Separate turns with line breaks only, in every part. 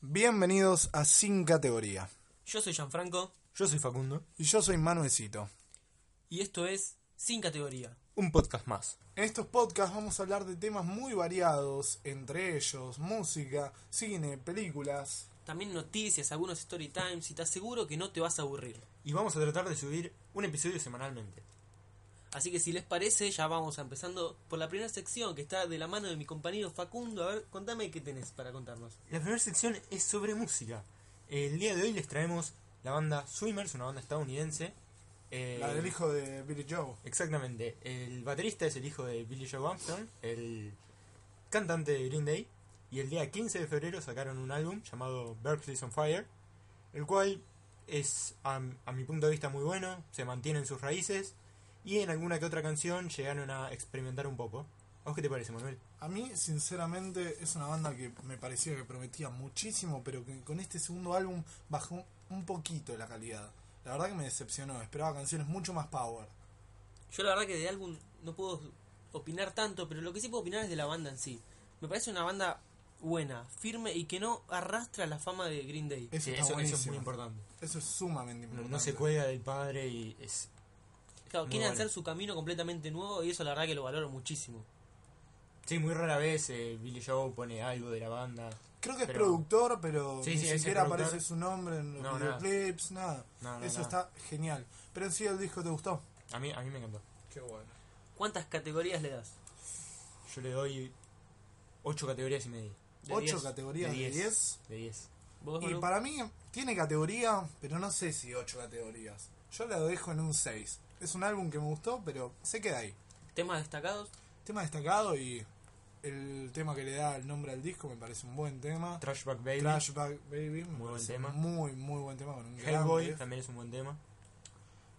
Bienvenidos a Sin Categoría.
Yo soy Gianfranco
Yo soy Facundo.
Y yo soy Manuelcito.
y esto es Sin Categoría.
Un podcast más.
En estos podcasts vamos a hablar de temas muy variados, entre ellos música, cine, películas.
También noticias, algunos story times y te aseguro que no te vas a aburrir.
Y vamos a tratar de subir un episodio semanalmente.
Así que si les parece, ya vamos a empezando por la primera sección que está de la mano de mi compañero Facundo. A ver, contame qué tenés para contarnos.
La primera sección es sobre música. El día de hoy les traemos la banda Swimmers, una banda estadounidense. Eh,
La del hijo de Billy Joe.
Exactamente. El baterista es el hijo de Billy Joe Armstrong, el cantante de Green Day. Y el día 15 de febrero sacaron un álbum llamado Berkeley's on Fire, el cual es, a, a mi punto de vista, muy bueno. Se mantiene en sus raíces. Y en alguna que otra canción llegaron a experimentar un poco. ¿A vos qué te parece, Manuel?
A mí, sinceramente, es una banda que me parecía que prometía muchísimo, pero que con este segundo álbum bajó un poquito la calidad. La verdad que me decepcionó, esperaba canciones mucho más power.
Yo la verdad que de álbum no puedo opinar tanto, pero lo que sí puedo opinar es de la banda en sí. Me parece una banda buena, firme y que no arrastra la fama de Green Day.
Eso está
Sí, eso, eso es
buenísimo.
muy importante.
Eso es sumamente
No,
importante.
no se cuelga del padre y es...
Claro,
muy
quieren
bueno.
hacer su camino completamente nuevo y eso la verdad que lo valoro muchísimo.
Sí, muy rara vez eh, Billy Joe pone algo de la banda.
Creo que es
Pero-
productor, pero
Sí,
ni
sí, es el
siquiera
productor.
aparece su nombre en los
No, nada.
videoclips, nada.
No, no,
Eso
nada.
está genial. Pero en sí el disco te gustó.
A mí, a mí me encantó.
Qué bueno.
¿Cuántas categorías le das?
Yo le doy ocho categorías y media.
De
Ocho
10.
categorías
De
de
10.
10.
De 10.
¿Vos,
Y
Manu?
para mí tiene categoría, pero no sé si ocho categorías. Yo la dejo en un 6. Es un álbum que me gustó, pero se queda ahí.
¿Temas destacados?
Tema destacado y el tema que le da el nombre al disco me parece un buen tema.
Trashback Baby.
Trashback Baby, me
Muy buen
parece
tema.
Muy, muy buen tema con un gran
Hellboy
riff.
también es un buen tema.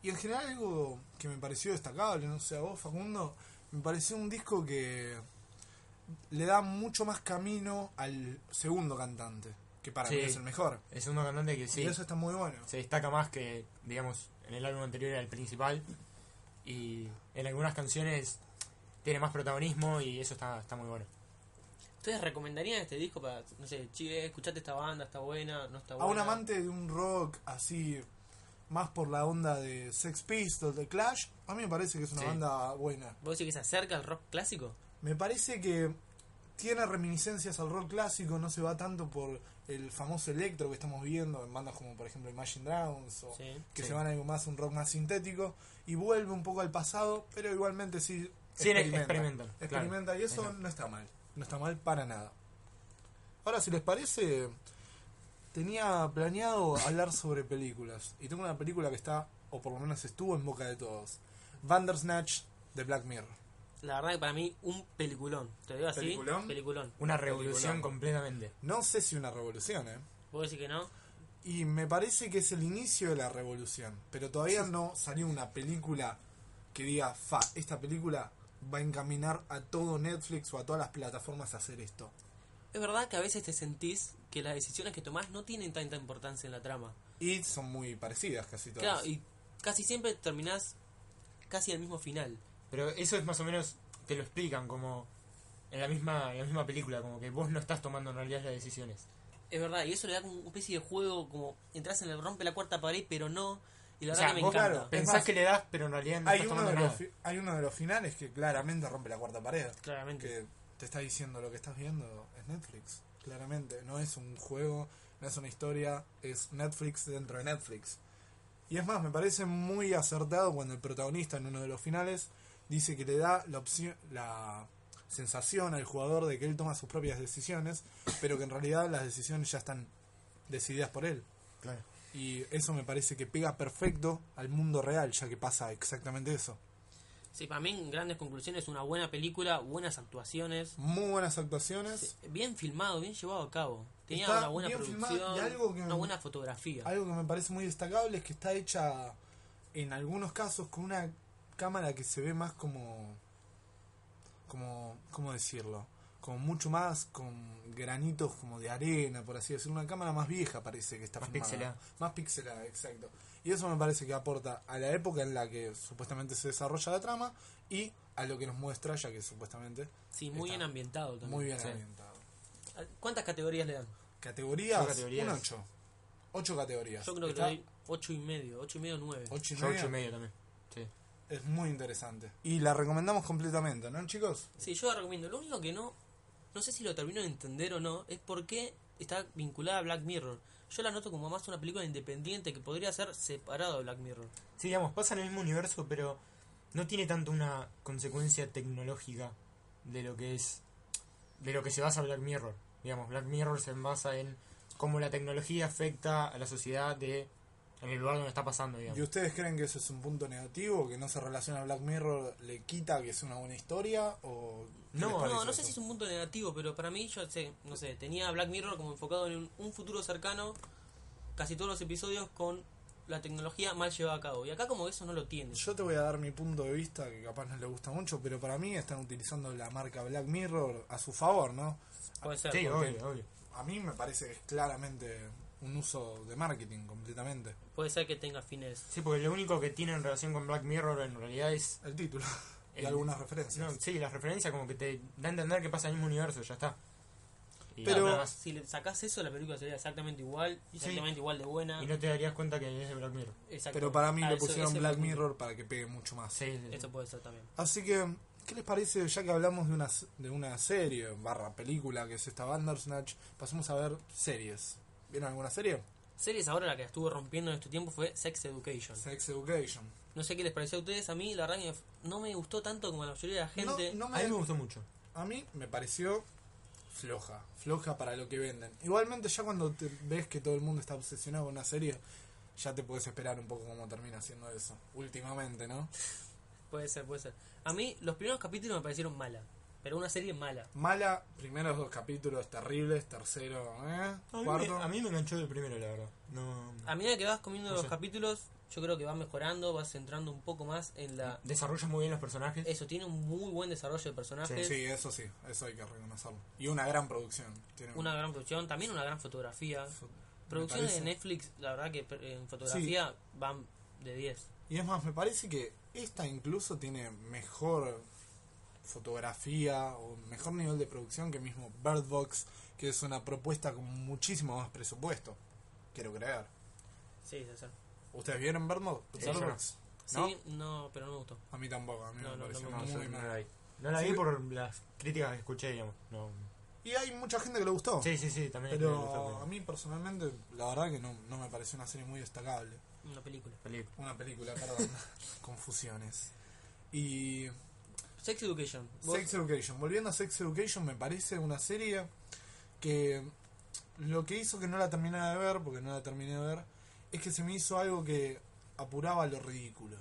Y en general algo que me pareció destacable, no sé a vos Facundo, me pareció un disco que le da mucho más camino al segundo cantante, que para
Sí.
mí es el mejor.
El segundo cantante que
Y
sí
eso está muy bueno.
se destaca más que, digamos, en el álbum anterior era el principal. Y en algunas canciones tiene más protagonismo y eso está, está muy bueno.
¿Ustedes recomendarían este disco para, no sé, chile, escuchate esta banda, está buena, no está
A
buena?
un amante de un rock así, más por la onda de Sex Pistols, de Clash, a mí me parece que es una
Sí.
banda buena.
¿Vos decís que se acerca al rock clásico?
Me parece que tiene reminiscencias al rock clásico, no se va tanto por el famoso electro que estamos viendo en bandas como por ejemplo Imagine Dragons o
Sí.
que
Sí.
se van a algo más, un rock más sintético, y vuelve un poco al pasado, pero igualmente sí.
Sí, experimentan, claro.
Experimenta, y eso
Exacto.
no está mal. No está mal para nada. Ahora, si les parece, tenía planeado hablar sobre películas, y tengo una película que está, o por lo menos estuvo en boca de todos: Bandersnatch de Black Mirror.
La verdad que para mí un peliculón, te lo digo así,
¿Peliculón?
peliculón.
Una revolución
Peliculón.
completamente.
No sé si una revolución, ¿eh?
¿Vos decís que no?
Y me parece que es el inicio de la revolución. Pero todavía no salió una película que diga, fa, esta película va a encaminar a todo Netflix o a todas las plataformas a hacer esto.
Es verdad que a veces te sentís que las decisiones que tomás no tienen tanta importancia en la trama.
Y son muy parecidas casi todas.
Claro, y casi siempre terminás casi al mismo final.
Pero eso es más o menos, te lo explican como en la misma, en la misma película, como que vos no estás tomando en realidad las decisiones.
Es verdad, y eso le da como una especie de juego, como entras en el rompe la cuarta pared, pero no. Y la verdad
O sea,
que me
vos
encanta.
claro,
pensás
más,
que le das, pero en realidad no
hay,
estás
uno
tomando
de los,
nada.
fi- hay uno de los finales que claramente rompe la cuarta pared.
Claramente.
Que te está diciendo lo que estás viendo es Netflix. Claramente, no es un juego, no es una historia, es Netflix dentro de Netflix. Y es más, me parece muy acertado cuando el protagonista en uno de los finales dice que le da la opción, la sensación al jugador de que él toma sus propias decisiones, pero que en realidad las decisiones ya están decididas por él.
Claro.
Y eso me parece que pega perfecto al mundo real, ya que pasa exactamente eso.
Sí, para mí, en grandes conclusiones, una buena película, buenas actuaciones. eh,
Muy buenas actuaciones.
Bien filmado, bien llevado a cabo. Tenía
Está
una buena
bien
producción,
filmado y algo que-
una buena fotografía.
Algo que me parece muy destacable es que está hecha en algunos casos con una cámara que se ve más como como cómo decirlo, como mucho más con granitos como de arena, por así decirlo, una cámara más vieja parece que está
Más
filmada.
pixelada.
Más pixelada, exacto. Y eso me parece que aporta a la época en la que supuestamente se desarrolla la trama y a lo que nos muestra ya que supuestamente
Sí, muy
Está
bien ambientado también.
muy bien
Sí.
ambientado.
¿Cuántas categorías le dan?
categorías,
Son categorías.
un 8. 8 categorías.
Yo creo que
Está
le doy 8 y medio, 8 y medio 9.
ocho y
Yo
media.
ocho y medio también. Sí.
Es muy interesante. Y la recomendamos completamente, ¿no, chicos?
Sí, yo la recomiendo. Lo único que no, no sé si lo termino de entender o no, es por qué está vinculada a Black Mirror. Yo la noto como más una película independiente que podría ser separado de Black Mirror.
Sí, digamos, pasa en el mismo universo, pero no tiene tanto una consecuencia tecnológica de lo que es. de lo que se basa Black Mirror. Digamos, Black Mirror se basa en cómo la tecnología afecta a la sociedad de. en el lugar donde está pasando, digamos.
¿Y ustedes creen que eso es un punto negativo? ¿Que no se relaciona a Black Mirror? ¿Le quita que es una buena historia? ¿O qué
No,
les parece
No, no sé
eso?
si es un punto negativo, pero para mí, yo sé, no sé, tenía a Black Mirror como enfocado en un, un futuro cercano, casi todos los episodios con la tecnología mal llevada a cabo. Y acá como eso no lo tiene.
Yo te voy a dar mi punto de vista, que capaz no le gusta mucho, pero para mí están utilizando la marca Black Mirror a su favor, ¿no?
Puede ser.
Sí,
porque-
obvio, obvio.
A mí me parece que es claramente un uso de marketing completamente.
Puede ser que tenga fines.
Sí, porque lo único que tiene en relación con Black Mirror en realidad es.
El título y
El-
algunas referencias.
No, sí, las referencias como que te da a entender que pasa en el mismo universo, ya está. Y
Pero-
nada
Claro,
más.
si le sacás eso, la película sería exactamente igual, exactamente igual de buena.
Y no te darías cuenta que es de Black Mirror.
Exacto.
pero para mí
Ah,
le
eso-
pusieron
ese
Black
es mi punto.
Mirror para que pegue mucho más.
Sí, sí, sí.
Eso puede ser también.
Así que, ¿qué les parece ya que hablamos de una, s- de una serie barra película que es esta Bandersnatch? Pasemos a ver series. ¿Vieron alguna serie?
Series ahora la que estuvo rompiendo en este tiempo fue Sex Education.
Sex Education.
No sé qué les pareció a ustedes, a mí la verdad que no me gustó tanto como a la mayoría de la
No-
gente.
no
A mí me
me-
gustó mucho.
a mí me pareció floja, floja para lo que venden. Igualmente ya cuando te ves que todo el mundo está obsesionado con una serie, ya te puedes esperar un poco cómo termina siendo eso. Últimamente, ¿no?
Puede ser, puede ser. A mí los primeros capítulos me parecieron mala, pero una serie mala.
Mala, primeros dos capítulos terribles, tercero, ¿eh?
A mí, me,
Cuarto. Ah,
a mí me enganchó el primero, la verdad. No,
A medida que vas comiendo
No
los
sé.
capítulos, yo creo que vas mejorando, vas centrando un poco más en la...
Desarrolla muy bien los personajes.
Eso, tiene un muy buen desarrollo de personajes,
Sí, eso sí, eso hay que reconocerlo. Y una gran producción. Tiene
una gran producción, también una gran fotografía.
fo- me
Producciones de
parece-
Netflix, la verdad que per- en fotografía van de 10.
Y es más, me parece que esta incluso tiene mejor fotografía o mejor nivel de producción que mismo Bird Box, que es una propuesta con muchísimo más presupuesto. Quiero creer.
Sí, sí, sí.
¿Ustedes vieron Bird Box?
Sí,
Bird
yo no.
Box? ¿No?
Sí, no, pero no me gustó.
A mí tampoco, a mí
No,
me
no,
pareció
no, no,
muy
yo
mal.
no la vi. No la
Sí.
vi por las críticas que escuché, digamos. No.
Y hay mucha gente que le gustó.
Sí, sí, sí, también me gustó,
Pero
pero-
a mí personalmente, la verdad que no, no me pareció una serie muy destacable.
Una película.
película.
Una película, perdón. Confusiones. Y
Sex Education. ¿Vos?
Sex Education. Volviendo a Sex Education, me parece una serie que lo que hizo que no la terminara de ver, porque no la terminé de ver, es que se me hizo algo que apuraba lo ridículo.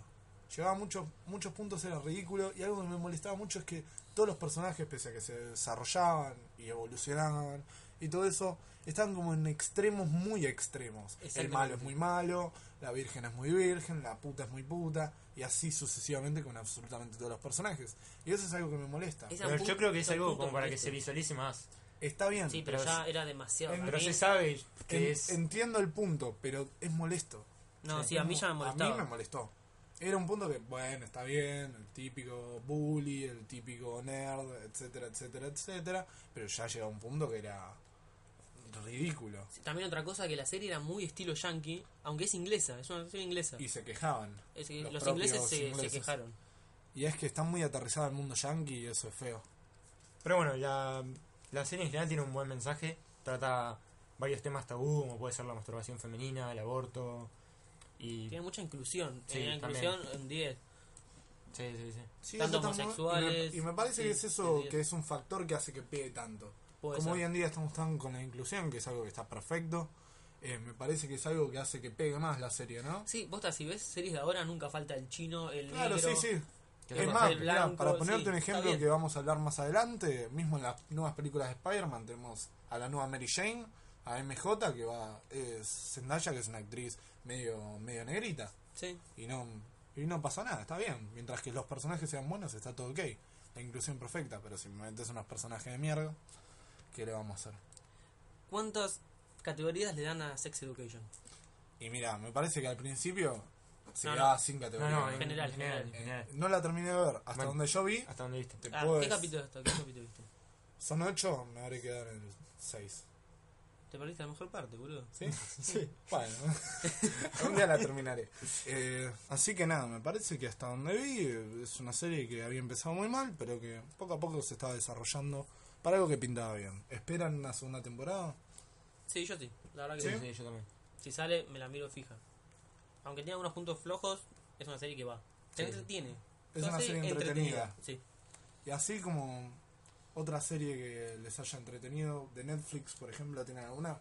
Llevaba muchos, muchos puntos, era ridículo, y algo que me molestaba mucho es que todos los personajes, pese a que se desarrollaban y evolucionaban y todo eso, estaban como en extremos muy extremos. El
Exactamente.
malo es muy malo, la virgen es muy virgen, la puta es muy puta, y así sucesivamente con absolutamente todos los personajes. Y eso es algo que me molesta.
Esa-
Pero yo creo que es
Son
algo
puntos
como para que
molestos.
se visualice más.
Está bien,
Sí, pero,
Pero
ya
es-
era demasiado.
en-
A
Pero
mí-
se sabe que
en-
es.
entiendo el punto, pero es molesto.
no, sí, a mí ya me
A mí me
molestaba.
molestó. Era un punto que, bueno, está bien, el típico bully, el típico nerd, etcétera, etcétera, etcétera, pero ya llega un punto que era ridículo.
También otra cosa que la serie era muy estilo yankee, aunque es inglesa, es una serie inglesa.
Y se quejaban.
Es que
los
los
propios
ingleses se, se
ingleses.
quejaron.
Y es que está muy aterrizado el mundo yankee y eso es feo.
Pero bueno, la, la serie en general tiene un buen mensaje. Trata varios temas tabú, como puede ser la masturbación femenina, el aborto. Y.
Tiene mucha inclusión.
Sí,
Tiene
también.
inclusión en 10.
Sí, sí, sí.
Sí,
Tanto
eso está muy-
homosexuales,
Y me, y me parece
sí,
que es eso,
sí, sí.
que es un factor que hace que pegue tanto.
Puede
Como
ser.
hoy en día estamos tan con la inclusión, que es algo que está perfecto, eh, me parece que es algo que hace que pegue más la serie, ¿no?
Sí, vos estás, si ves series de ahora, nunca falta el chino, el
Claro,
negro.
sí, sí.
Que
Es
lo
más,
el
mirá,
blanco,
para ponerte
sí,
un
está
ejemplo
bien.
que vamos a hablar más adelante, mismo en las nuevas películas de Spider-Man tenemos a la nueva Mary Jane, a MJ, que va, es Zendaya, que es una actriz medio, medio negrita,
Sí.
y no, y no pasa nada, está bien. Mientras que los personajes sean buenos, está todo ok. La inclusión perfecta, pero si me metes unos personajes de mierda, ¿qué le vamos a hacer?
¿Cuántas categorías le dan a Sex Education?
Y mira, me parece que al principio se
No,
quedaba
no.
sin
No,
categoría.
no,
Eh,
en
General,
general, general.
no, la terminé de ver. Hasta
Bueno.
donde yo vi,
Hasta donde viste.
te
Ah,
puedo
¿Qué
decir-
capítulo es esto? ¿Qué capítulo viste?
son 8, me habré quedado en el 6.
Te perdiste la mejor parte, boludo.
¿Sí? Sí. Bueno, un día la terminaré. Eh, así que nada, me parece que hasta donde vi eh, es una serie que había empezado muy mal, pero que poco a poco se estaba desarrollando para algo que pintaba bien. ¿Esperan una segunda temporada?
Sí, yo sí. La verdad que
¿Sí?
sí.
yo también.
Si sale, me la miro fija. Aunque tenga unos puntos flojos, es una serie que va. Te
Sí.
entretiene.
Es una serie entretenida.
Sí.
Y así como otra serie que les haya entretenido, de Netflix, por ejemplo, ¿tienen alguna?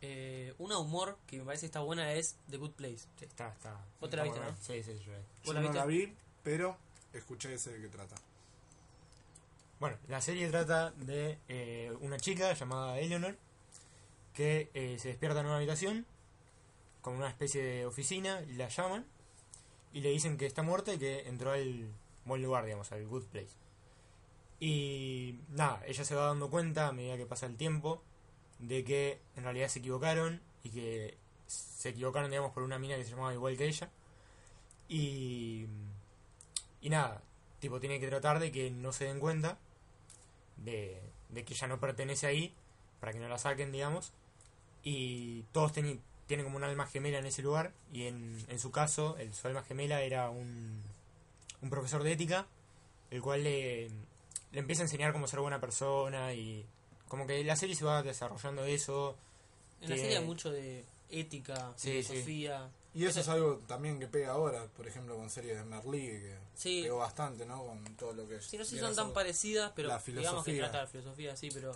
Eh, una humor que me parece que está buena es The Good Place.
Sí, está, está.
Vos te la
está
viste,
bueno.
¿no?
Sí, sí, yo la vi.
Yo
¿Vos la
no
viste?
la vi, pero escuché ese de qué trata.
Bueno, la serie trata de eh, una chica llamada Eleanor que eh, se despierta en una habitación con una especie de oficina y la llaman y le dicen que está muerta y que entró al buen lugar, digamos, al good place. Y nada, ella se va dando cuenta a medida que pasa el tiempo de que en realidad se equivocaron y que se equivocaron, digamos, por una mina que se llamaba igual que ella. Y, y nada, tipo, tiene que tratar de que no se den cuenta de, de que ya no pertenece ahí, para que no la saquen, digamos. Y todos teni- tienen como un alma gemela en ese lugar, y en, en su caso, el, su alma gemela era un, un profesor de ética, el cual le, le empieza a enseñar cómo ser buena persona y... Como que la serie se va desarrollando eso,
En la
Que-
serie hay mucho de ética,
Sí, sí.
filosofía.
Y eso es algo también que pega ahora, por ejemplo, con series de Merlí, que
Sí.
pegó bastante, ¿no? Con todo lo que...
Si no sé si
viene a
son tan
ser-
parecidas, pero
la
digamos que
filosofía.
trata la filosofía, sí, pero...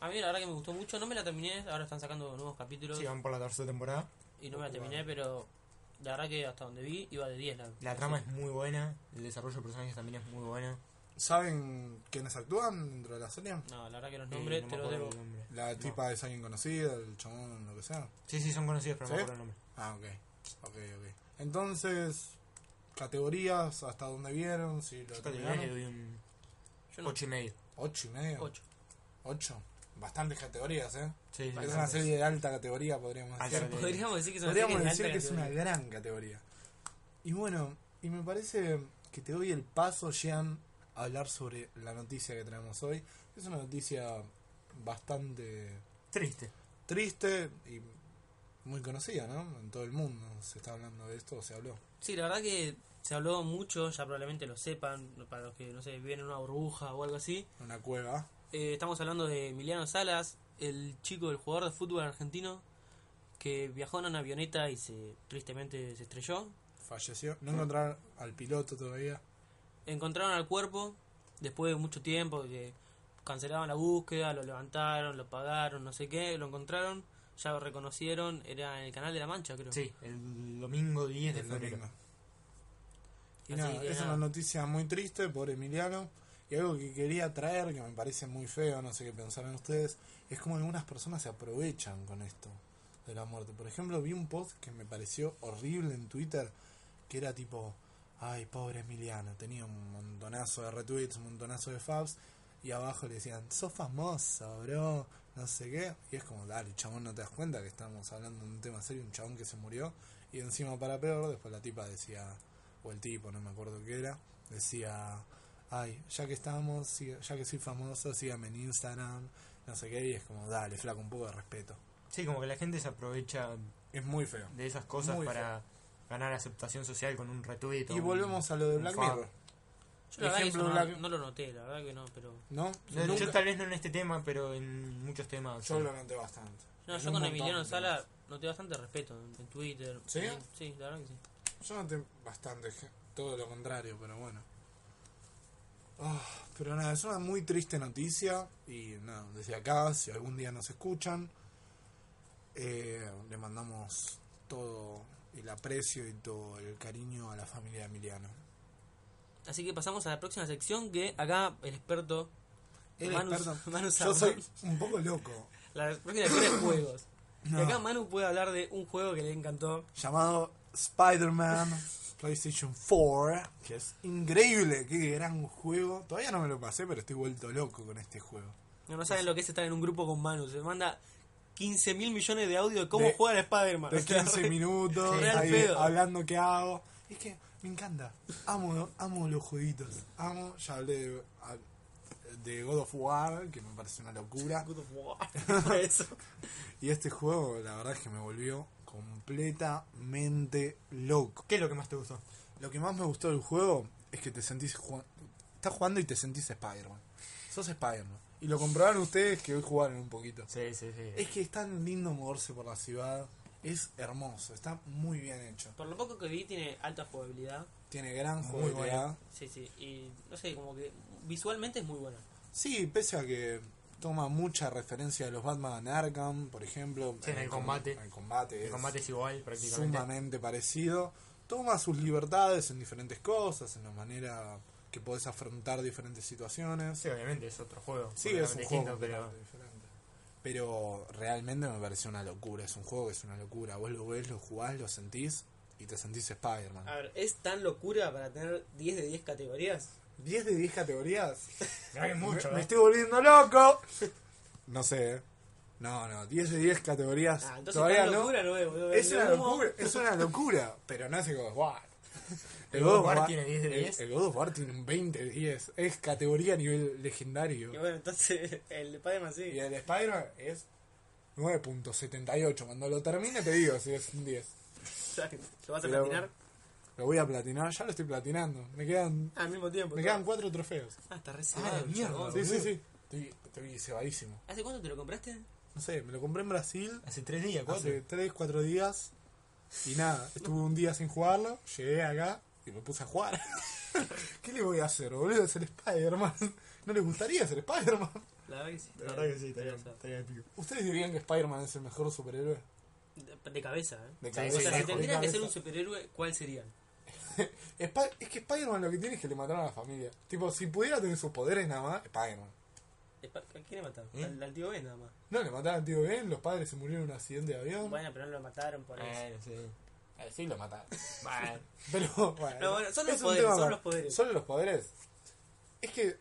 A mí la verdad que me gustó mucho, no me la terminé, ahora están sacando nuevos capítulos
Sí, van por la tercera temporada.
y no me la terminé, pero la verdad que hasta donde vi iba de 10 la...
La trama es muy buena, el desarrollo de personajes también es muy bueno.
¿Saben quiénes actúan dentro de la serie?
No, la verdad que los
Eh,
nombres
no me
te los
acuerdo
debo.
el nombre.
La
No.
tipa es alguien conocida, el chabón, lo que sea.
Sí, sí, son conocidos, pero no
¿Sí?
me acuerdo el nombre.
Ah, ok. Ok, ok. Entonces, categorías, hasta dónde vieron, si lo
Yo te diría, le
terminaron.
doy un
Yo no,
8 y medio.
¿Ocho y medio?
8.
¿Ocho? Bastantes categorías, ¿eh?
Sí, sí,
Es una
sí.
serie de alta categoría, podríamos
Alta
decir.
categoría.
Podríamos decir que es una
Podríamos
serie de
decir
alta
que es una
categoría.
gran categoría. Y bueno, y me parece que te doy el paso, Jean, a hablar sobre la noticia que traemos hoy. Es una noticia bastante
Triste.
triste y muy conocida, ¿no? En todo el mundo se está hablando de esto, se habló.
Sí, la verdad que se habló mucho, ya probablemente lo sepan, para los que, no sé, viven en una burbuja o algo así.
En una cueva.
Eh, estamos hablando de Emiliano Salas, el chico, el jugador de fútbol argentino, que viajó en una avioneta y se tristemente se estrelló.
Falleció. No encontraron al piloto todavía.
Encontraron al cuerpo después de mucho tiempo que cancelaban la búsqueda, lo levantaron, lo pagaron, no sé qué, lo encontraron, ya lo reconocieron, era en el canal de la Mancha, creo.
Sí, el domingo 10 de
del
febrero.
domingo. Y
Así
nada,
que
es
nada.
una noticia muy triste por Emiliano. Y algo que quería traer, que me parece muy feo, no sé qué pensarán ustedes, es como algunas personas se aprovechan con esto de la muerte. Por ejemplo, vi un post que me pareció horrible en Twitter, que era tipo, ay, pobre Emiliano, tenía un montonazo de retweets, un montonazo de fabs, y abajo le decían, sos famoso, bro, no sé qué. Y es como, dale, chabón, no te das cuenta que estamos hablando de un tema serio, un chabón que se murió. Y encima, para peor, después la tipa decía, o el tipo, no me acuerdo qué era, decía, ay, ya que estamos, siga- ya que soy famoso, sígame en Instagram, no sé qué, y es como, dale, flaco, un poco de respeto.
Sí, como que la gente se aprovecha
Es muy feo.
de esas cosas
Muy
para ganar aceptación social con un retweet. o
Y
un-
volvemos a lo de
un
Black
fab.
Mirror,
Yo la verdad que eso
Ejemplo,
no,
la-
no lo noté, la verdad que no, pero...
¿no?
No,
Nunca-
Yo tal vez no en este tema, pero en muchos temas.
yo
sí.
lo noté bastante.
No,
En
yo
un
con
montón
Emiliano
de
Sala noté bastante respeto en, en Twitter.
¿Sí?
en- sí, la verdad que sí.
temas. Yo noté bastante, je- todo lo contrario, pero bueno. Ah, pero nada, es una muy triste noticia y nada, desde acá, si algún día nos escuchan, eh, le mandamos todo el aprecio y todo el cariño a la familia de Emiliano.
Así que pasamos a la próxima sección que acá el experto...
El
Manu-
experto-
Manu
Eh, Yo
Sarman.
soy un poco loco,
La próxima sección es juegos.
No.
Y acá Manu puede hablar de un juego que le encantó.
llamado Spider-Man PlayStation 4, que es increíble, qué gran juego. Todavía no me lo pasé, pero estoy vuelto loco con este juego.
No, no saben lo que es estar en un grupo con Manu. Se manda 15 mil millones de audio de cómo
De-
juega el Spider-Man.
De
O sea,
15 minutos,
Real
ahí
pedo.
hablando qué hago. Es que me encanta, amo, amo los jueguitos, amo, ya hablé de, a- de God of War, que me pareció una locura.
God of War. Por eso.
Y este juego, la verdad es que me volvió completamente loco.
¿Qué es lo que más te gustó?
Lo que más me gustó del juego es que te sentís jugando. Estás jugando y te sentís Spider-Man. Sos Spider-Man. Y lo comprobaron ustedes que hoy jugaron un poquito.
Sí, sí, sí.
Es que es tan lindo moverse por la ciudad. Es hermoso, está muy bien hecho.
Por lo poco que vi, tiene alta jugabilidad.
Tiene gran
Muy
jugabilidad.
Sí, sí. Y no sé, como que visualmente es muy buena.
Sí, pese a que toma mucha referencia de los Batman Arkham, por ejemplo.
Sí, en el
com-
combate.
En el combate.
El
es
combate es igual prácticamente.
sumamente parecido. Toma sus libertades en diferentes cosas, en la manera que podés afrontar diferentes situaciones.
Sí, obviamente es otro juego.
Sí, es un
completamente
juego
distinto, pero
completamente diferente. Pero realmente me pareció una locura. Es un juego que es una locura. Vos lo ves, lo jugás, lo sentís y te sentís Spider-Man.
A ver, ¿es tan locura para tener 10 de 10 categorías?
10 de 10 categorías.
Hay mucho,
me, me
¿eh?
estoy volviendo loco. No sé. eh. No, no, 10 de 10 categorías.
Ah, entonces
Todavía
tan
no.
locura no, es, boludo.
Es
Vende
una
humo.
locura, es una locura, pero no es el God of War.
El God of War tiene 10 de
el-
10.
El, God of War tiene un 20 de 10. Es categoría a nivel legendario.
Y bueno, entonces el de Spider-Man sí.
Y el Spider-Man es 9.78. Cuando lo termine te digo si es un 10.
¿Lo vas a
Pero-
platinar?
Lo voy a platinar, ya lo estoy platinando. Me quedan
Ah, al mismo tiempo.
me
todo.
quedan 4 trofeos.
Ah, está
Ah,
reservado.
la mierda,
Sí,
boludo.
sí, sí. Estoy, estoy cebadísimo.
¿Hace cuánto te lo compraste?
No sé, me lo compré en Brasil
¿eh? Hace tres días, cuatro.
hace 3, 4 días. Y nada, estuve un día sin jugarlo, llegué acá y me puse a jugar. ¿Qué le voy a hacer, boludo? Ser Spider-Man. ¿No les gustaría ser Spider-Man?
La verdad que sí.
La verdad que sí,
Podría
estaría, estaría épico.
¿Ustedes dirían que Spider-Man es el mejor superhéroe?
ser. De, de cabeza, ¿eh?
De
Sí,
cabeza,
O sea,
sí,
si
de
sí.
tendrían que
cabeza.
ser un superhéroe, ¿cuál serían?
Spi- Es que Spider-Man lo que tiene es que le mataron a la familia. Tipo, si pudiera tener sus poderes nada más, Spider-Man.
Espa- ¿A quién le mataron?
¿Eh?
Al, al tío Ben nada más.
No, le mataron al tío Ben, los padres se murieron en un accidente de avión.
Bueno, pero no lo mataron por eso.
Bueno, sí.
Eh, sí, lo mataron.
Bueno.
Pero bueno,
No, bueno, son
es
los
un
poderes,
tema
son
más.
los poderes.
Son los poderes. Es que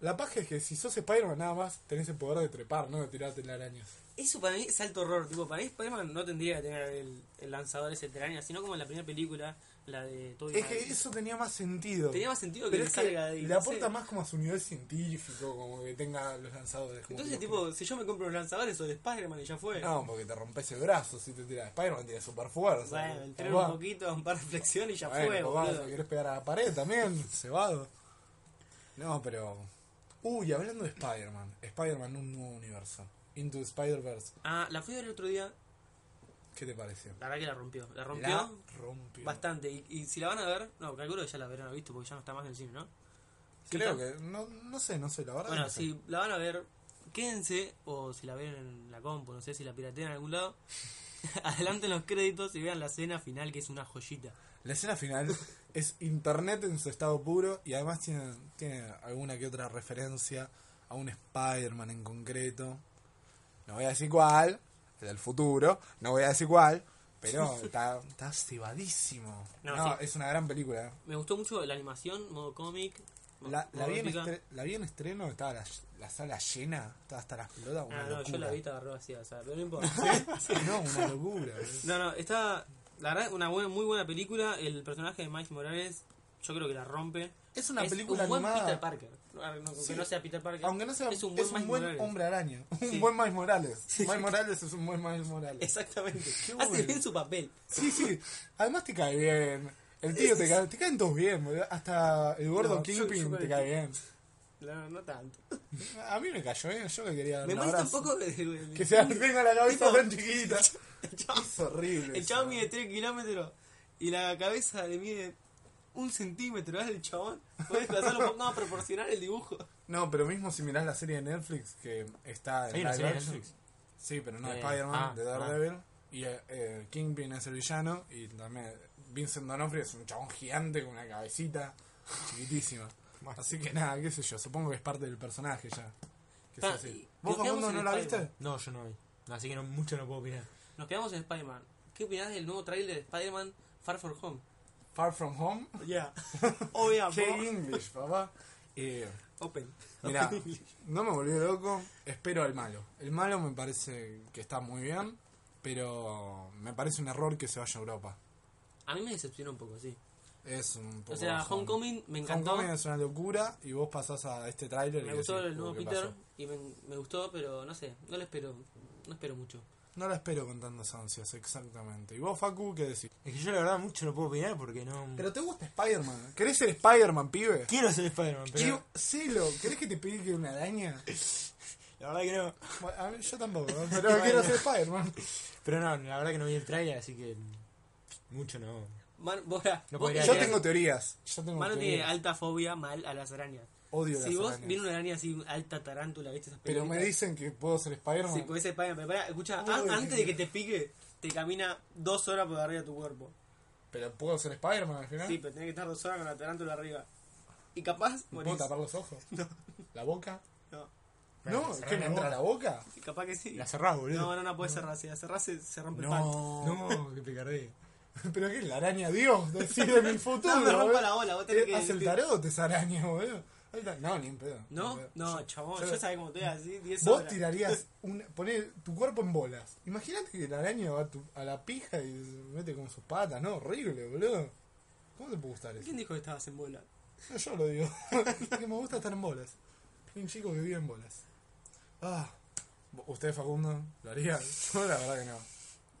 la paja es que si sos Spider-Man nada más tenés el poder de trepar, no de tirarte telarañas.
Eso para mí es alto horror. Tipo, para mí Spider-Man no tendría que tener el, el lanzador ese telaraña, sino como en la primera película, la de Tobey
Es que
Maguire.
eso tenía más sentido.
Tenía más sentido que
Pero
le
es que
salga de ahí,
le
no
aporta
sé.
más como a su nivel científico, como que tenga los lanzadores. como
Entonces,
que-
tipo, si yo me compro los lanzadores o de Spider-Man y ya fue.
No, porque te rompes el brazo si te tiras. Spider-Man tiene ¿eh? super fuerza.
bueno, el tren
Papá.
un poquito, un par de flexiones y ya
Bueno,
fue,
papá,
boludo.
si querés pegar a la pared también, cebado. No, pero. Uy, hablando de Spider-Man. Spider-Man, un nuevo universo. Into the Spider-Verse.
Ah, la fui a ver el otro día,
¿Qué te pareció?
la verdad que la rompió. La rompió
La rompió.
bastante. Y, y si la van a ver, no, calculo que ya la verán visto porque ya no está más en el cine, ¿no? Sí,
Creo
está.
que. No, no sé, no sé, la verdad.
Bueno,
no sé.
si la van a ver, quédense, o si la ven en la compu, no sé si la piratean en algún lado, adelanten los créditos y vean la escena final que es una joyita.
La escena final es internet en su estado puro y además tiene, tiene alguna que otra referencia a un Spider-Man en concreto. No voy a decir cuál, el del futuro, no voy a decir cuál, pero está, está cebadísimo. No,
No, sí.
es una gran película. eh.
Me gustó mucho la animación, modo cómic. mo-
La, la
modo
vi en este-
épica.
estre- la vi en estreno, estaba la, la sala llena, estaba hasta las pelotas. Una
Ah, no,
locura. Ah,
yo la vi, te agarró vacía, o sea, pero no importa.
No, una locura. boludo.
No, no, está, la verdad, una buena, muy buena película. El personaje de Miles Morales, yo creo que la rompe.
Es una película
un buen
animada.
Peter Parker. No, no,
Sí.
Que no sea Peter Parker.
Aunque no sea,
es un buen, Miles Morales.
hombre araña. Un
Sí.
buen Miles Morales. Miles Morales es un buen Miles Morales.
Exactamente.
bueno.
Hace bien su papel.
Sí, sí. Además te cae bien. El tío te cae, te caen todos bien, boludo. Hasta el gordo
No, yo-
Kingpin
yo me-
te cae bien.
No, no tanto.
A mí me cayó bien, yo le quería dar
Me
un
molesta un
abrazo.
poco el,
Que sea, tenga la cabeza
Tipo-
tan chiquita.
el chabón-
Es horrible.
el
eso.
chabón mide 3 kilómetros y la cabeza le mide un centímetro. ¿Ves el chabón? Podés pasarlo un poco más proporcional el dibujo.
No, pero mismo si mirás la serie de Netflix que está en
Hay
live
una serie de
action.
Netflix.
Sí, pero no de
Eh,
Spider-Man,
ah,
de Daredevil. Y eh, eh, Kingpin es el villano. Y también Vincent D'Onofrio es un chabón gigante con una cabecita chiquitísima.
Bueno.
Así que nada, qué sé yo. Supongo que es parte del personaje ya. Que sea
Pa,
así.
Ah, y-
¿Vos,
nos quedamos
Facundo,
en
no la
Spider-Man.
viste?
No, yo no vi. Así que no, mucho no puedo opinar.
Nos quedamos en Spider-Man. ¿Qué opinás del nuevo tráiler de Spider-Man Far From Home?
Far From Home.
Ya. Obvio,
Qué English, papá. Eh,
Open.
Mirá, no me volvió loco, espero al malo. El malo me parece que está muy bien, pero me parece un error que se vaya a Europa.
A mí me decepcionó un poco, sí.
Es un poco
O sea,
bajón.
Homecoming me encantó.
Homecoming es una locura y vos pasás a este tráiler y
me gustó
decís,
el
"Uh,
nuevo
¿qué
Peter
pasó?".
y me, me gustó, pero no sé, no lo espero, no espero mucho.
No la espero con tantas ansias, exactamente. ¿Y vos, Facu, qué decís?
Es que yo la verdad mucho no puedo opinar porque no...
Pero te gusta Spider-Man. ¿Querés ser Spider-Man, pibe?
Quiero ser Spider-Man, pero
Yo, Celo, ¿querés que te pique una araña?
la verdad que no.
Bueno, a mí- yo tampoco, ¿no? pero quiero ser Spider-Man.
Pero no, la verdad que no vi el trailer, así que mucho no.
Man, Bora,
No
vos
podría
tenés-
Yo tengo teorías. Yo tengo
Manu tiene
teorías.
alta fobia mal a las arañas.
Odio
Si
las
vos
arañas.
viene una araña así, alta tarántula, ¿viste? Esas
Pero me
peluditas.
dicen que puedo ser Spider-Man.
Sí, con ese Spider-Man, pero pará, escuchá,
Uy.
an- antes de que te pique, te camina dos horas por arriba de tu cuerpo.
Pero puedo ser Spider-Man al final.
Sí, pero tenés que estar dos horas con la tarántula arriba. Y capaz
¿Me
morís.
¿Puedo tapar los ojos? ¿La boca?
No,
No,
Pero
¿qué me
la
entra
boca.
la boca?
y capaz que sí.
La cerrás,
No,
boludo.
no, no podés cerrar. Si la cerrás, se, se rompe el pan.
No.
qué picardía.
¿Pero qué? ¿La araña Dios? Decide mi futuro.
No, me rompa
boludo. Eh,
la bola, vos tenés que-
Hace el tarot esa araña, boludo. Ahí está. No, ni en pedo.
¿No?
Ni en pedo.
No, chabón,
yo-
yo, sabía cómo te iba así, 10
Vos
horas.
tirarías, una, poner tu cuerpo en bolas. Imagínate que la araña va a, tu- a la pija y se mete con sus patas, ¿no? Horrible, boludo. ¿Cómo te puede gustar eso?
¿Quién dijo que estabas en bola?
No, yo lo digo. que me gusta estar en bolas. Soy un chico que vive en bolas. Ah. ¿Usted, Facundo, lo haría? Yo la verdad que no.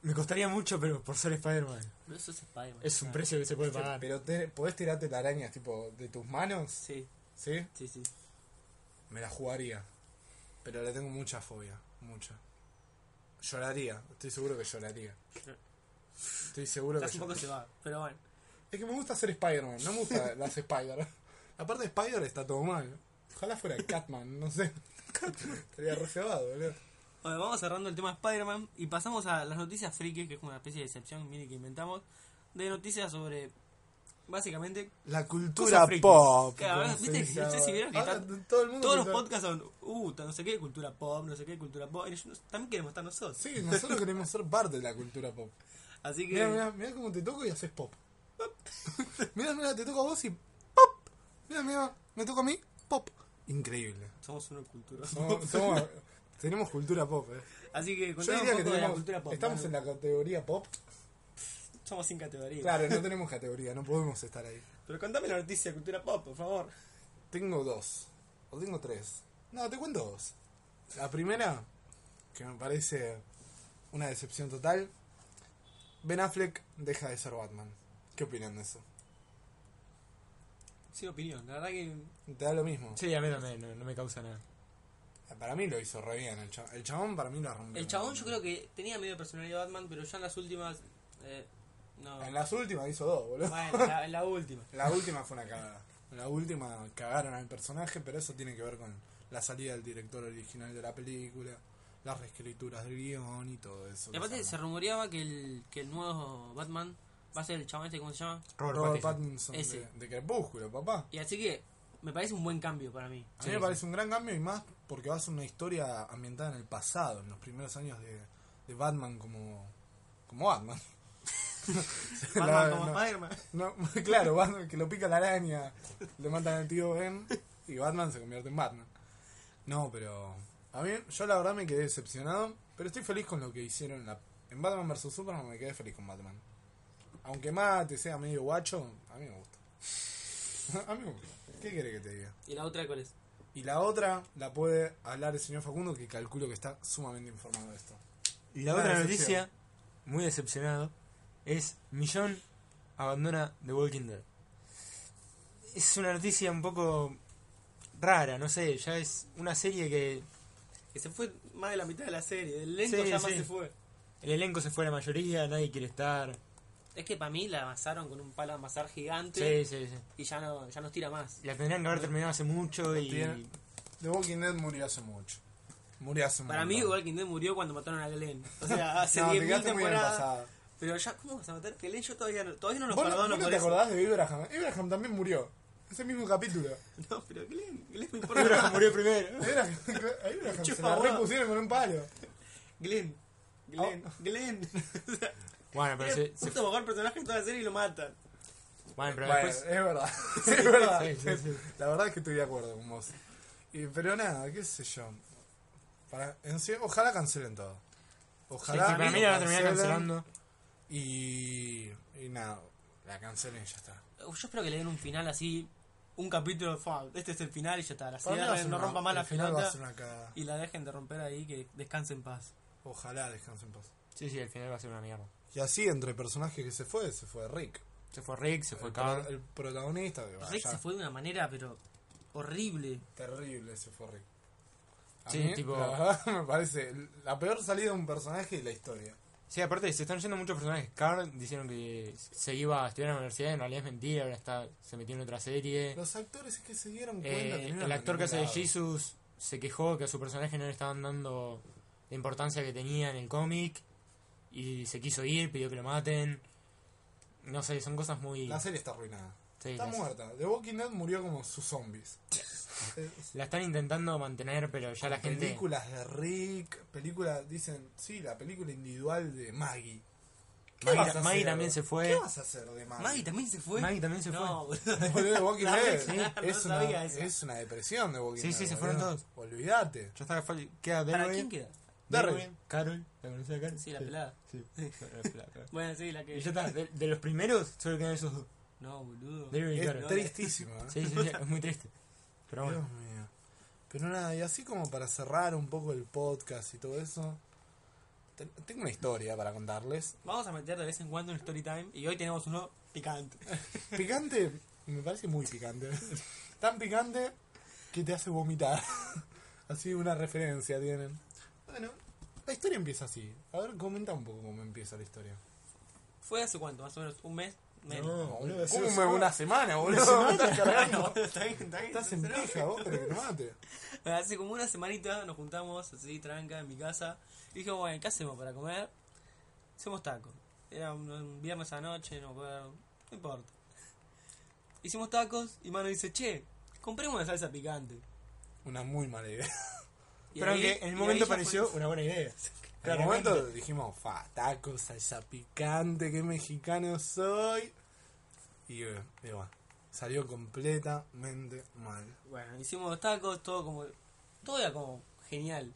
Me costaría mucho, pero por ser Spider-Man.
Pero eso es Spider-Man.
Es un precio que se puede pagar.
Pero te- podés tirarte la araña tipo de tus manos,
Sí,
¿sí?
sí, sí.
Me la jugaría. Pero le tengo mucha fobia, mucha. Lloraría, estoy seguro que lloraría. Estoy seguro que
Casi un poco
lloraría.
se va, pero bueno.
Es que me gusta ser Spider-Man, no me gusta las Spider. Aparte de Spider está todo mal. Ojalá fuera Catman, no sé. Estaría reservado, boludo.
Bueno, vamos cerrando el tema de Spider-Man y pasamos a las noticias frikis, que es como una especie de excepción mini que inventamos, de noticias sobre, básicamente,
La
cultura
pop.
Claro, ahora, viste,
como se
ustedes
dice
si vieron que
ahora.
está-
Ahora todo el mundo
todos los
está-
podcasts son, uh, no sé qué, cultura pop, no sé qué, cultura pop, y nosotros también queremos estar nosotros.
Sí, nosotros queremos ser parte de la cultura pop.
Así que,
Mira, mira, mira cómo te toco y haces pop. Mira, mira, te toco a vos y pop. Mira, mira, me toco a mí, pop. Increíble.
somos una cultura.
Somos- somos- tenemos cultura pop, eh.
Así que,
Yo
contame un
diría
poco
que
de la
tenemos-
cultura pop.
estamos en
Manu.
la categoría pop.
Somos sin categoría.
Claro, no tenemos categoría, no podemos estar ahí.
Pero contame la noticia de cultura pop, por favor.
Tengo dos. O tengo tres. No, te cuento dos. La primera, que me parece una decepción total. Ben Affleck deja de ser Batman. ¿Qué opinan de eso?
Sin opinión, la verdad que...
Te da lo mismo.
Sí, a mí también, no, no me causa nada.
Para mí lo hizo re bien. El chabón, el chabón para mí lo rompió.
El chabón yo creo que tenía medio personalidad Batman, pero ya en las últimas... eh, no,
En las últimas hizo dos, boludo.
bueno, la- en la última.
La última fue una cagada. La última cagaron al personaje, pero eso tiene que ver con la salida del director original de la película, las reescrituras del guión y todo eso.
Y aparte se rumoreaba que el, que el nuevo Batman va a ser el chabón este, ¿cómo se llama?
Robert,
Robert
Pattinson.
Pattinson
Ese.
de, de Crepúsculo, papá.
Y así que me parece un buen cambio para mí.
A
Sí,
mí me
sí.
parece un gran cambio y más porque va a ser una historia ambientada en el pasado, en los primeros años de, de Batman como, como Batman.
Batman
La-
como
no.
Spider-Man.
No, claro, Batman que lo pica la araña, le matan al tío Ben y Batman se convierte en Batman. No, pero a mí, yo la verdad me quedé decepcionado, pero estoy feliz con lo que hicieron en, la, en Batman vs. Superman, me quedé feliz con Batman. Aunque Mate sea medio guacho, a mí me gusta. a mí me gusta. ¿Qué quiere que te diga?
¿Y la otra cuál es?
Y la otra la puede hablar el señor Facundo, que calculo que está sumamente informado de esto.
Y la
Una
otra
decepción.
noticia, muy decepcionado, es Millón abandona The Walking Dead. Es una noticia un poco rara, no sé, ya es una serie que
Que se fue más de la mitad de la serie. Del lento
Sí,
ya más
sí.
se fue.
el elenco se fue la mayoría, nadie quiere estar.
Es que para mí la amasaron con un palo de amasar gigante
Sí, sí, sí.
y ya no, ya nos tira más.
La tendrían que haber terminado hace mucho y...
Tiene- The Walking Dead murió hace mucho. Murió hace
Para
mucho.
mí Walking Dead murió cuando mataron a Glenn. O sea, hace
no, te
10.000
quedaste muy en el
temporadas.
pasado.
Pero ya, ¿cómo vas a matar a Glenn? Yo todavía no, todavía no lo
¿Vos no,
perdono
vos no
por
te
eso.
acordás de Ibrahim? Ibrahim también murió. Ese mismo capítulo.
No, pero Glenn, Glenn me
Abraham
importa.
murió primero.
Abraham, a Abraham se
Chupa
la
huevo.
repusieron con un palo.
Glenn. Glenn, Glenn. O sea,
Bueno, pero,
era
se,
el
se-
puto mejor personaje de toda la serie y lo matan.
bueno, pero
Bueno,
después...
es verdad. es verdad.
sí, sí, sí.
La verdad es que estoy de acuerdo con vos. Y- pero nada, qué sé yo. Para, en sí- ojalá cancelen todo.
Sí, sí,
Ojalá.
para mí
lo
la terminan
cancelen
cancelando.
Y, y nada, la cancelen y ya está.
Yo espero que le den un final así, un capítulo, "Fua, este es el final y ya está, la
Para mí va a ser
cierren, no
una-
rompa más
el
la
final va a ser
pelota
una cagada.
y la dejen de romper ahí, que descanse en paz.
Ojalá descanse en paz.
Sí, sí, al final va a ser una mierda.
Y así, entre personajes que se fue, se fue Rick.
Se fue Rick, se fue
el,
Carl.
pro- el protagonista. que va,
Rick
ya,
se fue de una manera, pero horrible.
Terrible se fue Rick. A
Sí,
mí,
tipo-
la verdad, me parece la peor salida de un personaje de la historia.
Sí, aparte se están yendo muchos personajes. Carl dijeron que se iba a estudiar en la universidad, en realidad es mentira, ahora está, se metió en otra serie.
Los actores es que se dieron cuenta
Eh,
que no iban
el
a
actor que
ningún
hace de
lado.
Jesus se quejó que a su personaje no le estaban dando la importancia que tenía en el cómic y se quiso ir, pidió que lo maten. No sé, son cosas muy...
La serie está arruinada.
sí,
Está
las-
muerta. The Walking Dead murió como sus zombies. Es-
La están intentando mantener, pero ya la gente...
Películas de Rick, películas, dicen, sí, la película individual de Maggie. ¿Qué
Maggie,
vas a
Maggie
hacer?
también se
¿Qué
fue.
vas a hacer de Ah, Maggie?
Maggie también se fue.
Maggie también se fue.
No, boludo.
Boludo, The Walking
La
Dead.
verdad, no
es, una,
sabía eso.
es una depresión de Walking
Sí,
Dead.
sí, se fueron
boludo.
todos.
Olvídate.
Ya está, fal- queda
¿Para
Daryl,
quién queda?
Daryl,
Daryl.
Carol, ¿la conocía Carol?
Sí, la pelada.
Sí, la pelada, claro.
Bueno, sí, la que.
Y Eh, ya está, de, de los primeros solo quedan esos dos.
No, boludo.
Daryl y
Es
Carol.
tristísimo. ¿eh?
Sí, sí, sí, es muy triste. Pero bueno.
Dios mío. Pero nada, y así como para cerrar un poco el podcast y todo eso, te- tengo una historia para contarles.
Vamos a meter de vez en cuando un story time y hoy tenemos uno picante.
Picante, me parece muy picante. Tan picante que te hace vomitar. Así una referencia tienen. Bueno, la historia empieza así. A ver, comenta un poco cómo empieza la historia.
¿Fue hace cuánto? Más o menos un mes. Menos.
No, boludo,
¿Cómo
sí,
me-
sí.
una semana, boludo? Estás cargando.
No, está bien, está bien.
Estás en
Pero-
pija vos, pero que no mate.
Hace como una semanita nos juntamos así, tranca, en mi casa. Y dije, bueno, ¿qué hacemos para comer? Hicimos tacos. Era un, un viernes a la noche, no me acuerdo. No importa. Hicimos tacos y Mano dice, che, compremos una salsa picante.
Una muy mala idea.
Y
Pero
ahí-
aunque en
y
el
ahí
momento
ya fue-
pareció una buena idea.
En el momento dijimos, fa, tacos, salsa picante, qué mexicano soy. Y eh, y bueno, salió completamente mal.
Bueno, hicimos los tacos, todo como. Todo era como genial.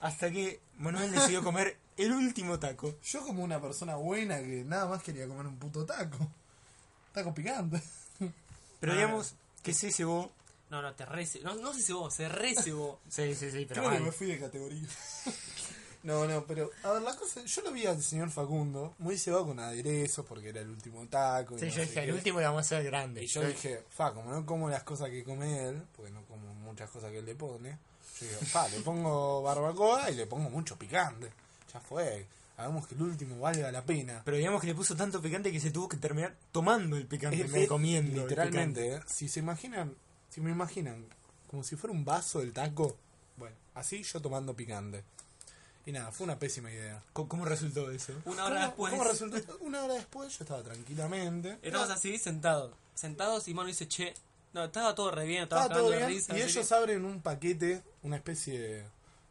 Hasta que Manuel decidió comer el último taco.
Yo como una persona buena que nada más quería comer un puto taco. Taco picante.
Pero
Ah.
digamos que se cebó.
No, no, te rece. No, no sé si vos, se recebó.
Sí, sí, sí, pero
Creo que me
mal.
fui de categoría. No, no, pero a ver, la cosa, yo lo vi al señor Facundo, muy cebado con aderezos porque era el último taco. y
Sí,
no
yo
sé
dije,
qué.
el último lo vamos a hacer grande.
Y yo dije, fa, como no como las cosas que come él, porque no como muchas cosas que él le pone, yo digo, fa, le pongo barbacoa y le pongo mucho picante. Ya fue, hagamos que el último valga la pena.
Pero digamos que le puso tanto picante que se tuvo que terminar tomando el picante,
Es-
no
es-
comiendo. el picante.
Literalmente, ¿eh? si se imaginan, si me imaginan, como si fuera un vaso del taco, bueno, así yo tomando picante. Y nada, fue una pésima idea.
¿Cómo, cómo resultó eso?
Una hora
¿Cómo-
después.
cómo resultó? Una hora después yo estaba tranquilamente.
Éramos así, sentados. Sentados y Mano dice, che. No, estaba todo re bien, estaba,
Estaba Ah, todo
cagando de
bien.
risa.
y
no sé
ellos
qué.
abren un paquete, una especie de,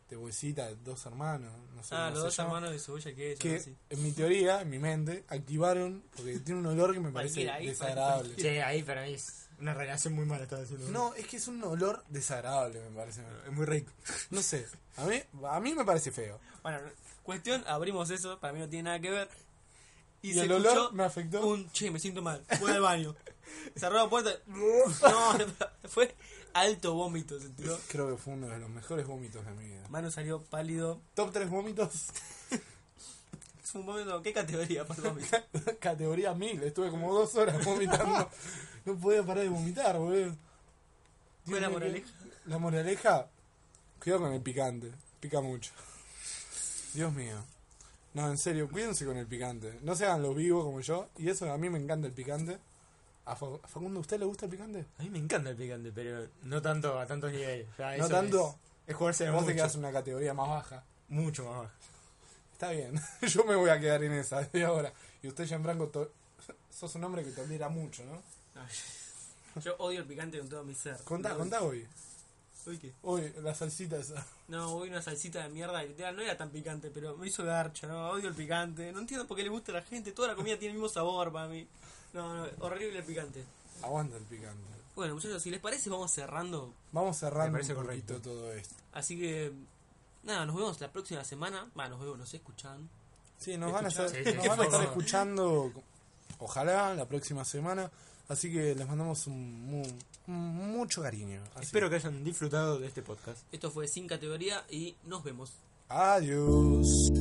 de bolsita de dos hermanos. No sé cómo
Ah, los
se
dos
llama,
hermanos de cebolla que
Que
ellos.
en mi teoría, en mi mente, activaron porque tiene un olor que me parece
Cualquiera, ahí,
desagradable.
¿eh? Sí, ahí para mí es una relación muy mala estaba haciendo.
No, es que es un olor desagradable, me parece.
es muy rico.
No sé, a mí, a mí me parece feo.
Bueno, cuestión, abrimos eso, para mí no tiene nada que ver. Y,
Y
se
el
escuchó
olor me afectó.
un, che, me siento mal, voy al baño. Cerró la puerta. no, fue alto vómito, se tiró.
Creo que fue uno de los mejores vómitos de mi vida.
Mano salió pálido.
Top 3 vómitos,
Es un vómito, ¿qué categoría para vómito?
categoría 1000. Estuve como dos horas vomitando. No podía parar de vomitar, boludo.
¿Cuál es
Dios mío,
la
qué-
moraleja?
La moraleja, cuidado con el picante, pica mucho. Dios mío. No, en serio, cuídense con el picante. No se hagan los vivos como yo. Y eso, a mí me encanta el picante. A Fa- a Facundo, ¿a usted le gusta el picante?
A mí me encanta el picante, pero no tanto a tantos niveles. O sea,
No
eso
tanto.
Es, es jugarse de
Vos te
mucho,
quedás en una categoría más baja.
mucho más bajo.
Está bien, yo me voy a quedar en esa de ahora. Y usted, Jean Branco, to- sos un hombre que tolera mucho, ¿no?
Yo odio el picante con todo mi ser.
Contá,
No,
contá hoy.
uy, ¿qué?
Hoy, la salsita esa.
No, hoy una salsita de mierda, literal, no era tan picante, pero me hizo garcha, no, odio el picante. No entiendo por qué le gusta a la gente, toda la comida tiene el mismo sabor para mí. No, no, horrible el picante.
Aguanta el picante.
Bueno, muchachos, si les parece, vamos cerrando.
Vamos
Me
cerrando un
parece
poquito
correcto.
todo esto.
Así que, nada, nos vemos la próxima semana. Va, nos vemos, nos escuchan.
Sí, nos van a, estar,
Sí, sí,
nos
qué
van a estar
forma.
escuchando ojalá la próxima semana. Así que les mandamos un, mu- un- mucho cariño. Así.
Espero que hayan disfrutado de este podcast.
Esto fue Sin Categoría y nos vemos.
Adiós.